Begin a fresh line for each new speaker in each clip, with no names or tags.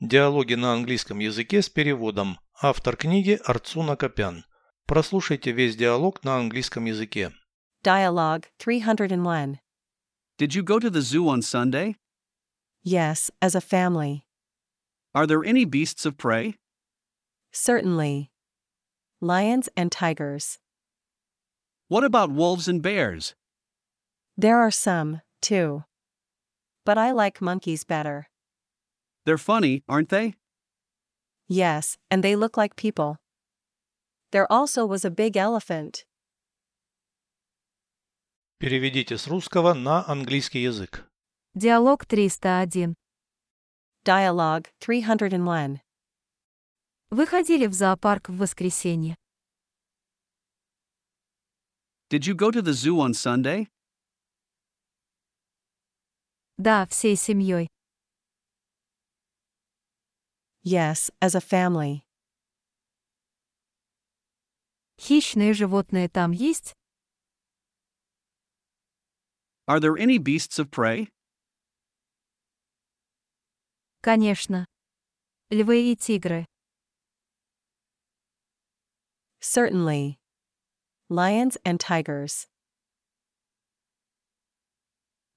Диалоги на английском языке с переводом. Автор книги Арцуна Копян. Прослушайте весь диалог на английском языке.
Dialogue 301.
Did you go to the zoo on Sunday?
Yes, as a family.
Are there any beasts of prey?
Certainly. Lions and tigers.
What about wolves and bears?
There are some, too. But I like monkeys better.
They're funny, aren't they?
Yes, and they look like people. There also was a big elephant.
Переведите с русского на английский язык.
Диалог 301.
Dialogue 301.
Вы ходили в зоопарк в воскресенье.
Did you go to the zoo on Sunday?
Да, всей семьей.
Yes, as a family.
Хищные животные там есть?
Are there any beasts of prey?
Конечно. Львы и тигры.
Certainly. Lions and tigers.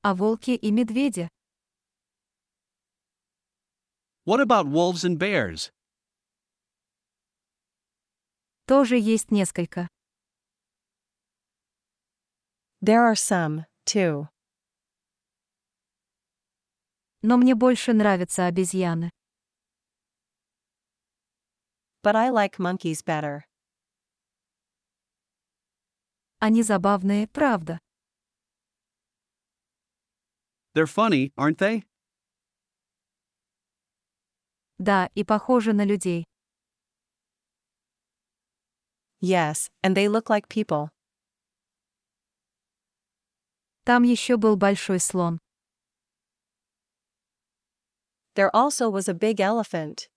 А волки и медведи?
What about wolves and bears?
Тоже есть несколько.
There are some, too.
Но мне больше нравятся обезьяны.
But I like monkeys better.
Они забавные, правда.
They're funny, aren't they?
Да, и похожи на людей.
Yes, and they look like people.
Там еще был большой слон.
There also was a big elephant.